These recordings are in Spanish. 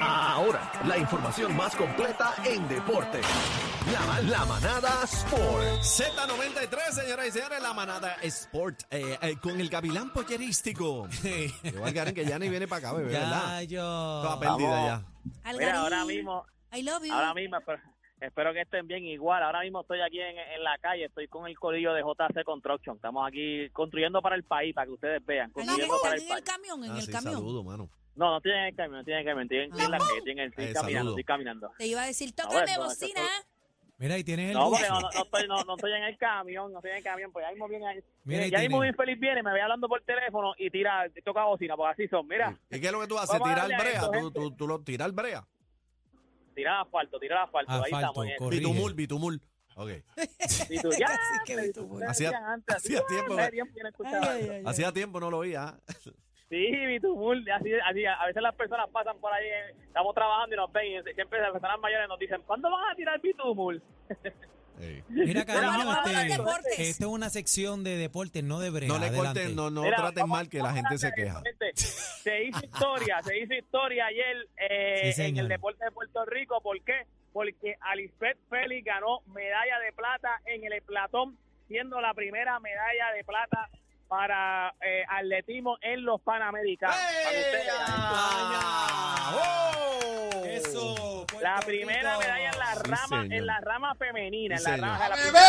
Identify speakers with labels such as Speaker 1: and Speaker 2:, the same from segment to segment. Speaker 1: Ahora, la información más completa en deporte. La, la manada Sport.
Speaker 2: Z93, señoras y señores, la manada Sport. eh, eh, con el gavilán pollerístico. Igual Karen, que ya ni viene para acá, bebé,
Speaker 3: Ya,
Speaker 2: ¿verdad? Toda
Speaker 3: yo.
Speaker 2: perdida ya.
Speaker 4: Algarín.
Speaker 5: Mira, ahora mismo,
Speaker 4: I love you.
Speaker 5: ahora mismo, espero, espero que estén bien igual. Ahora mismo estoy aquí en, en la calle, estoy con el corillo de JC Construction. Estamos aquí construyendo para el país, para que ustedes vean.
Speaker 4: Algarín,
Speaker 5: Construyendo para
Speaker 4: están
Speaker 5: el
Speaker 4: en el
Speaker 5: país.
Speaker 4: camión, en
Speaker 2: Ah,
Speaker 4: el
Speaker 2: sí,
Speaker 4: camión.
Speaker 2: saludo, mano.
Speaker 5: No, no tienen el camino, no tienen el camino. Estoy en- en la calle, estoy en el- estoy
Speaker 2: Eh,
Speaker 5: caminando,
Speaker 2: saludo.
Speaker 5: estoy caminando.
Speaker 4: Te iba a decir,
Speaker 5: Ahora,
Speaker 4: tócame
Speaker 5: eso, eso,
Speaker 4: bocina.
Speaker 3: Mira, ahí tienes el
Speaker 5: No,
Speaker 3: bus.
Speaker 5: porque no, no- no estoy, no, no estoy en el camión, no estoy en el camión, pues ya mismo viene ahí.
Speaker 3: Mira, ahí
Speaker 5: ya mismo
Speaker 3: tiene.
Speaker 5: infeliz viene, me ve hablando por teléfono y tira, toca bocina, porque así son, mira,
Speaker 2: ¿Y qué es lo que tú haces?
Speaker 5: Vamos a
Speaker 2: ¿Tirar
Speaker 5: darle a
Speaker 2: brea?
Speaker 5: esto,
Speaker 2: ¿Tú,
Speaker 5: gente.
Speaker 2: tú, tú lo tiras brea?
Speaker 5: tira asfalto, tira asfalto, ahí
Speaker 3: Asfalto,
Speaker 5: estamos. en eso.
Speaker 3: correcto. Corrige.
Speaker 2: Bitumul, bitumul. Ok.
Speaker 5: Y tú, ya,
Speaker 2: Hacía-
Speaker 5: decían antes, así,
Speaker 2: hacía
Speaker 5: ya,
Speaker 2: tiempo,
Speaker 5: hace
Speaker 2: ¿verdad?
Speaker 5: tiempo que no
Speaker 3: Ay,
Speaker 5: escuchaba.
Speaker 3: ay, ay.
Speaker 2: Hacía tiempo no lo oía. ¿ah?
Speaker 5: Sí, Bitumul, así, así, a veces las personas pasan por ahí, eh, estamos trabajando y nos ven, y siempre las personas mayores nos dicen, ¿cuándo van a tirar Bitumul?
Speaker 2: Ey.
Speaker 3: Mira,
Speaker 4: Vamos a hablar de
Speaker 3: cariño,
Speaker 4: deportes.
Speaker 3: este, esto es una sección de deportes, no de brea.
Speaker 2: No le
Speaker 3: Adelante.
Speaker 2: corten, no, no
Speaker 5: Mira,
Speaker 2: traten
Speaker 5: vamos-
Speaker 2: mal que la
Speaker 5: vamos a
Speaker 2: gente se
Speaker 5: hablar
Speaker 2: queja.
Speaker 5: directamente. Se hizo historia, se hizo historia ayer eh,
Speaker 3: Sí,
Speaker 5: en
Speaker 3: señor.
Speaker 5: el deporte de Puerto Rico, ¿por qué? Porque Alispet Félix ganó medalla de plata en el platón, siendo la primera medalla de plata para eh, atletismo en los Panamericanos. Para que ustedes vean.
Speaker 2: ¡Oh!
Speaker 3: Eso. Puerto
Speaker 5: La primera
Speaker 3: Rico.
Speaker 5: medalla en la
Speaker 2: Sí,
Speaker 5: rama,
Speaker 2: señor.
Speaker 5: en la rama femenina,
Speaker 2: Sí,
Speaker 5: en la rama
Speaker 2: señor.
Speaker 5: la primera, la primera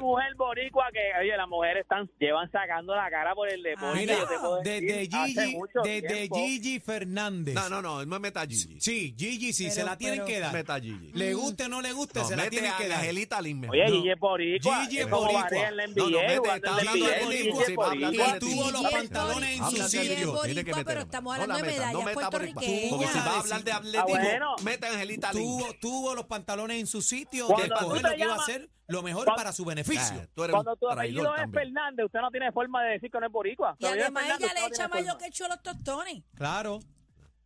Speaker 5: mujer boricua que, oye, las mujeres están, llevan sacando la cara por el deporte.
Speaker 3: Mira,
Speaker 5: yo te puedo
Speaker 3: desde
Speaker 5: decir, hace
Speaker 3: Gigi,
Speaker 5: mucho
Speaker 3: desde
Speaker 5: tiempo.
Speaker 3: Gigi Fernández.
Speaker 2: No, no, no, no es meta Gigi.
Speaker 3: Sí, Gigi, sí, se
Speaker 4: Pero-
Speaker 3: la tienen
Speaker 4: pero-
Speaker 3: que dar.
Speaker 2: Meta Gigi.
Speaker 3: Le guste o no le guste,
Speaker 2: No,
Speaker 3: se la
Speaker 2: mete
Speaker 3: tienen
Speaker 2: a
Speaker 3: que dar.
Speaker 2: Angelita Lin mejor.
Speaker 5: Oye,
Speaker 3: No.
Speaker 5: Gigi es boricua.
Speaker 3: Gigi es
Speaker 5: como
Speaker 3: boricua.
Speaker 5: varía en la
Speaker 2: No, no,
Speaker 5: NBA,
Speaker 2: vete,
Speaker 5: jugando
Speaker 2: está
Speaker 5: en la
Speaker 2: hablando de
Speaker 5: NBA,
Speaker 2: boricua,
Speaker 5: Gigi es
Speaker 2: sí, está hablando
Speaker 5: boricua.
Speaker 2: de
Speaker 3: Y tuvo los
Speaker 4: Gigi es
Speaker 3: pantalones en su
Speaker 4: boricua, Gigi es
Speaker 3: sitio.
Speaker 4: boricua,
Speaker 2: Tiene que meter
Speaker 4: pero
Speaker 2: la mano.
Speaker 4: estamos
Speaker 2: No la
Speaker 4: hablando de
Speaker 2: meta, no
Speaker 4: medallas
Speaker 2: meta por- Porque si
Speaker 3: Una
Speaker 4: puertorriqueñas.
Speaker 2: va a
Speaker 3: de
Speaker 2: hablar de
Speaker 3: cinco.
Speaker 2: atletismo,
Speaker 5: Ah, bueno.
Speaker 2: mete a Angelita Lin.
Speaker 3: Tuvo, tuvo los pantalones en su sitio de
Speaker 5: Cuando tú
Speaker 3: escoger
Speaker 5: te
Speaker 3: lo que iba a
Speaker 5: llamas-
Speaker 3: hacer lo mejor
Speaker 5: Cuando-
Speaker 3: para su
Speaker 2: Ah,
Speaker 3: beneficio.
Speaker 2: tú eres
Speaker 5: Cuando
Speaker 2: un
Speaker 5: tu
Speaker 2: traidor
Speaker 5: apellido es
Speaker 2: también.
Speaker 5: Fernández, usted no tiene forma de decir que no es boricua.
Speaker 4: Y
Speaker 5: Cuando yo
Speaker 4: además
Speaker 5: Fernández,
Speaker 4: ella
Speaker 5: usted
Speaker 4: le
Speaker 5: no
Speaker 4: echa
Speaker 5: tiene
Speaker 4: más
Speaker 5: forma.
Speaker 4: lo que echó los tostones.
Speaker 3: Claro.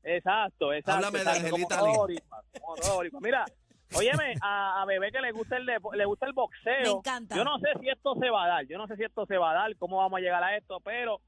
Speaker 5: Exacto, exacto.
Speaker 2: Háblame de
Speaker 5: exacto, como
Speaker 2: Angelita
Speaker 5: todo
Speaker 2: Lee.
Speaker 5: boricua, como todo boricua. Mira, óyeme, a, a Bebé que le gusta el depo- le gusta el boxeo.
Speaker 4: Me encanta.
Speaker 5: Yo no sé si esto se va a dar, yo no sé si esto se va a dar, cómo vamos a llegar a esto, pero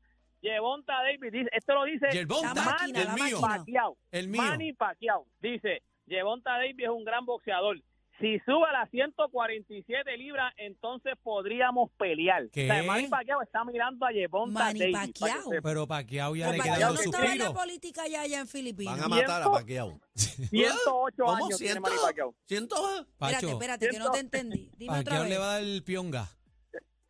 Speaker 5: Yevonta Davis dice, esto lo dice
Speaker 3: Yerbonta,
Speaker 4: La máquina,
Speaker 3: el
Speaker 4: la
Speaker 3: mío.
Speaker 4: máquina.
Speaker 5: Pacquiao.
Speaker 3: El mío.
Speaker 5: Manny Pacquiao dice, Yevonta Davis es un gran boxeador. Si sube a las 147 libras, entonces podríamos pelear.
Speaker 3: ¿Qué?
Speaker 5: O sea, Manny Pacquiao está mirando a Yevonta
Speaker 4: Manny
Speaker 5: Davis. para que
Speaker 4: Pacquiao.
Speaker 5: sepa.
Speaker 3: Pero Paquiao ya
Speaker 4: Pero
Speaker 3: le
Speaker 4: para
Speaker 3: quedan
Speaker 4: yo
Speaker 3: los
Speaker 4: Pues no estaba en la
Speaker 3: suspiros.
Speaker 4: política ya allá en Filipinas.
Speaker 2: Van a matar a
Speaker 5: Tiempo.
Speaker 2: Pacquiao.
Speaker 5: 108
Speaker 2: ¿Cómo?
Speaker 5: años tiene
Speaker 2: ¿Ciento?
Speaker 5: Manny Pacquiao.
Speaker 2: ¿Ciento?
Speaker 4: Espérate,
Speaker 3: Pacho,
Speaker 4: espérate, que no te entendí. Dime otra
Speaker 3: Paquiao
Speaker 4: vez.
Speaker 3: le va a dar el pionga.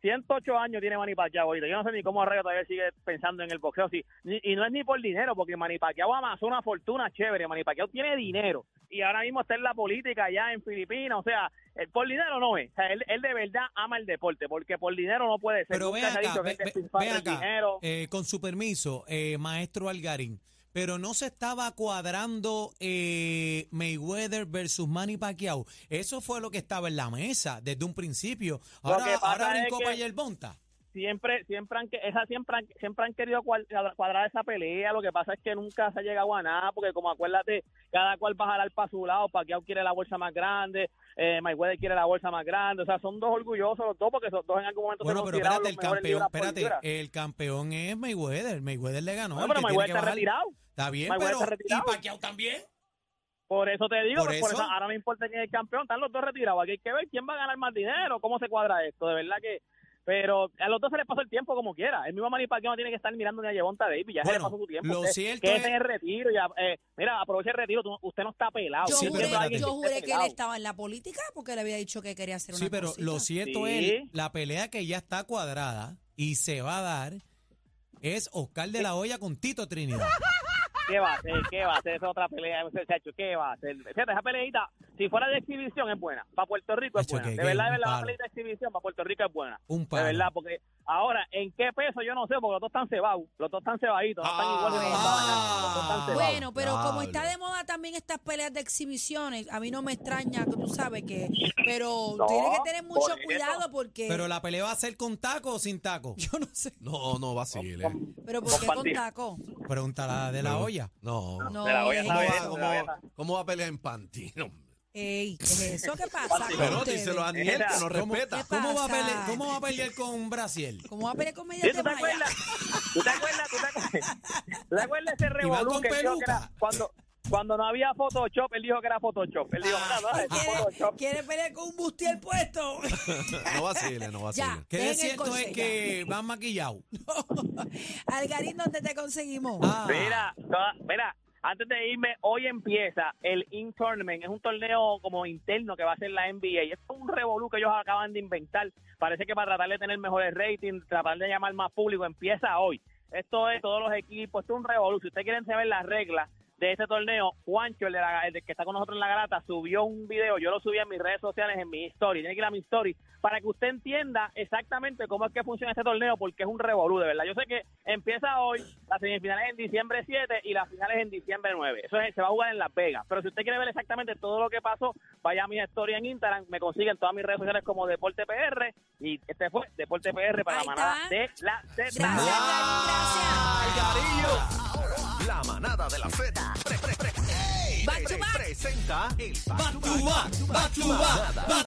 Speaker 5: 108 años tiene Manny Pacquiao ahorita. Yo no sé ni cómo Rayo todavía sigue pensando en el boxeo. Sí, ni- y no es ni por dinero, porque Manny Pacquiao amasó una fortuna chévere. Manny Pacquiao tiene dinero. Y ahora mismo está en la política allá en Filipinas. O sea, él por dinero no es. O sea, él, él de verdad ama el deporte, porque por dinero no puede ser.
Speaker 3: Pero ven
Speaker 5: Nunca se ha
Speaker 3: acá,
Speaker 5: dicho que
Speaker 3: ve-
Speaker 5: él es
Speaker 3: ve-
Speaker 5: culpable
Speaker 3: ven
Speaker 5: del
Speaker 3: acá.
Speaker 5: dinero.
Speaker 3: Eh, con su permiso, eh, maestro Algarín, pero no se estaba cuadrando eh, Mayweather versus Manny Pacquiao. Eso fue lo que estaba en la mesa desde un principio.
Speaker 5: Lo
Speaker 3: Ahora,
Speaker 5: que pasa
Speaker 3: ahora
Speaker 5: es
Speaker 3: brincó
Speaker 5: que-
Speaker 3: para allá el Bonta.
Speaker 5: Siempre, siempre, han, que- esa, siempre, han, siempre han querido cual- cuadrar esa pelea. Lo que pasa es que nunca se ha llegado a nada, porque como acuérdate, cada cual va a jalar para su lado. Pacquiao quiere la bolsa más grande, eh, Mayweather quiere la bolsa más grande. O sea, son dos orgullosos los dos, porque esos dos en algún momento
Speaker 3: Bueno,
Speaker 5: se
Speaker 3: pero
Speaker 5: consideraron
Speaker 3: espérate, el
Speaker 5: los mejores
Speaker 3: campeón,
Speaker 5: libras por
Speaker 3: espérate,
Speaker 5: libra.
Speaker 3: el campeón es Mayweather. Mayweather le ganó.
Speaker 5: Bueno,
Speaker 3: el
Speaker 5: pero
Speaker 3: que tiene
Speaker 5: Mayweather
Speaker 3: que
Speaker 5: está
Speaker 3: bajar.
Speaker 5: retirado.
Speaker 3: Está bien,
Speaker 5: Mayweather
Speaker 3: pero
Speaker 5: está retirado.
Speaker 3: ¿y Pacquiao también?
Speaker 5: Por eso te digo,
Speaker 3: ¿Por
Speaker 5: pues, por
Speaker 3: eso?
Speaker 5: eso ahora no importa quién es el campeón, están los dos retirados. Aquí hay que ver quién va a ganar más dinero, cómo se cuadra esto, de verdad que... Pero a los dos se les pasó el tiempo como quiera. El mismo Manny Pacquiao no tiene que estar mirando ni a Yevonta Davis, ya se
Speaker 3: Bueno,
Speaker 5: le pasó su tiempo.
Speaker 3: lo
Speaker 5: Usted-
Speaker 3: cierto
Speaker 5: que
Speaker 3: es-
Speaker 5: en el retiro. Ya, eh, mira, aproveche el retiro, tú- usted no está pelado.
Speaker 4: Yo
Speaker 3: Sí,
Speaker 5: Usted
Speaker 4: juré,
Speaker 3: pero
Speaker 5: es alguien
Speaker 4: yo
Speaker 3: espérate.
Speaker 4: juré que él
Speaker 5: pelado.
Speaker 4: estaba en la política porque le había dicho que quería hacer una
Speaker 3: Sí, pero
Speaker 4: cosita.
Speaker 3: lo cierto
Speaker 5: Sí.
Speaker 3: es, la pelea que ya está cuadrada y se va a dar es Oscar de la Hoya con Tito Trinidad.
Speaker 5: ¿Qué va a hacer? ¿Qué va a hacer? Esa es otra pelea, ese chacho, ¿qué va a hacer? Fíjate, esa peleita, si fuera de exhibición es buena, para Puerto Rico es
Speaker 3: Chacho,
Speaker 5: buena.
Speaker 3: que-
Speaker 5: De
Speaker 3: que
Speaker 5: verdad, de
Speaker 3: un
Speaker 5: verdad, la
Speaker 3: palo.
Speaker 5: pelea de exhibición para Puerto Rico es buena.
Speaker 3: Un
Speaker 5: De
Speaker 3: palo.
Speaker 5: verdad, porque ahora, ¿en qué peso? Yo no sé, porque los dos están cebados, los dos están cebaditos, no están iguales como
Speaker 4: Ah.
Speaker 5: estaban antes, los dos están cebados.
Speaker 4: Bueno, pero como está
Speaker 2: Diablo.
Speaker 4: de moda también estas peleas de exhibiciones, a mí no me extraña que tú sabes que, pero
Speaker 5: No,
Speaker 4: tiene que tener mucho
Speaker 5: por eso.
Speaker 4: cuidado porque,
Speaker 3: Pero la pelea va a ser con taco o sin taco.
Speaker 4: Eh. yo no sé,
Speaker 2: No, no vacile.
Speaker 4: pero ¿por qué con
Speaker 5: Compartir.
Speaker 4: taco?
Speaker 3: Pregúntala de la olla.
Speaker 2: No.
Speaker 4: No,
Speaker 5: Te la voy a
Speaker 4: ey,
Speaker 2: ¿Cómo
Speaker 5: saber.
Speaker 2: va,
Speaker 5: Eso, la
Speaker 2: cómo,
Speaker 5: verdad.
Speaker 2: cómo va a pelear en panty? No.
Speaker 4: ey, ¿qué es eso qué pasa? con
Speaker 2: Pero
Speaker 4: ustedes?
Speaker 2: díselo a Daniel
Speaker 5: Era.
Speaker 2: que nos
Speaker 3: ¿Cómo,
Speaker 2: respeta.
Speaker 4: ¿Qué
Speaker 3: cómo va a
Speaker 4: pasa?
Speaker 3: pelear, cómo va a pelear con Brasil?
Speaker 4: ¿Cómo va a pelear con
Speaker 5: Sí,
Speaker 4: mediante
Speaker 5: ¿Tú te
Speaker 4: Maya?
Speaker 5: acuerdas? ¿Tú te acuerdas? ¿Tú te acuerdas? ¿Tú te acuerdas ese revolú
Speaker 3: con
Speaker 5: que él dijo que
Speaker 3: peluca.
Speaker 5: era cuando, cuando no había Photoshop, él dijo que era Photoshop. Él dijo, mira, no,
Speaker 4: ¿Y
Speaker 5: es
Speaker 4: ¿Quiere,
Speaker 5: Photoshop.
Speaker 4: quiere pelear con un bustier puesto?
Speaker 2: No vacile, no vacile.
Speaker 4: Ya.
Speaker 3: ¿Qué
Speaker 4: Dejen
Speaker 3: es
Speaker 4: el
Speaker 3: cierto es
Speaker 4: consejo.
Speaker 3: que van maquillados?
Speaker 4: Algarín, ¿dónde te conseguimos?
Speaker 3: Ah,
Speaker 5: Mira, toda- mira, antes de irme, hoy empieza el In Tournament. Es un torneo como interno que va a hacer la NBA. Y es un revolú que ellos acaban de inventar. Parece que para tratar de tener mejores ratings, tratar de llamar más público, empieza hoy. Esto es todos los equipos, esto es un revolú. Si ustedes quieren saber las reglas de este torneo, Juancho, el, de la- el de que está con nosotros en la garata, subió un video. Yo lo subí en mis redes sociales, en mi story. Tiene que ir a mi story para que usted entienda exactamente cómo es que funciona este torneo, porque es un revolú, de verdad. Yo sé que empieza hoy, las semifinales en diciembre 7 y las finales en diciembre 9. Eso es- se va a jugar en Las Vegas. Pero si usted quiere ver exactamente todo lo que pasó, vaya a mi historia en Instagram, me consiguen todas mis redes sociales como Deporte PR. Y este fue Deporte PR para
Speaker 4: Ahí
Speaker 5: la manada
Speaker 4: está.
Speaker 5: de la Z.
Speaker 4: Gracias, Algarín, gracias.
Speaker 1: Ahora, la manada de la Z pre- pre- pre-
Speaker 4: Back to back.
Speaker 1: presenta el Back to
Speaker 3: back to back, back to back.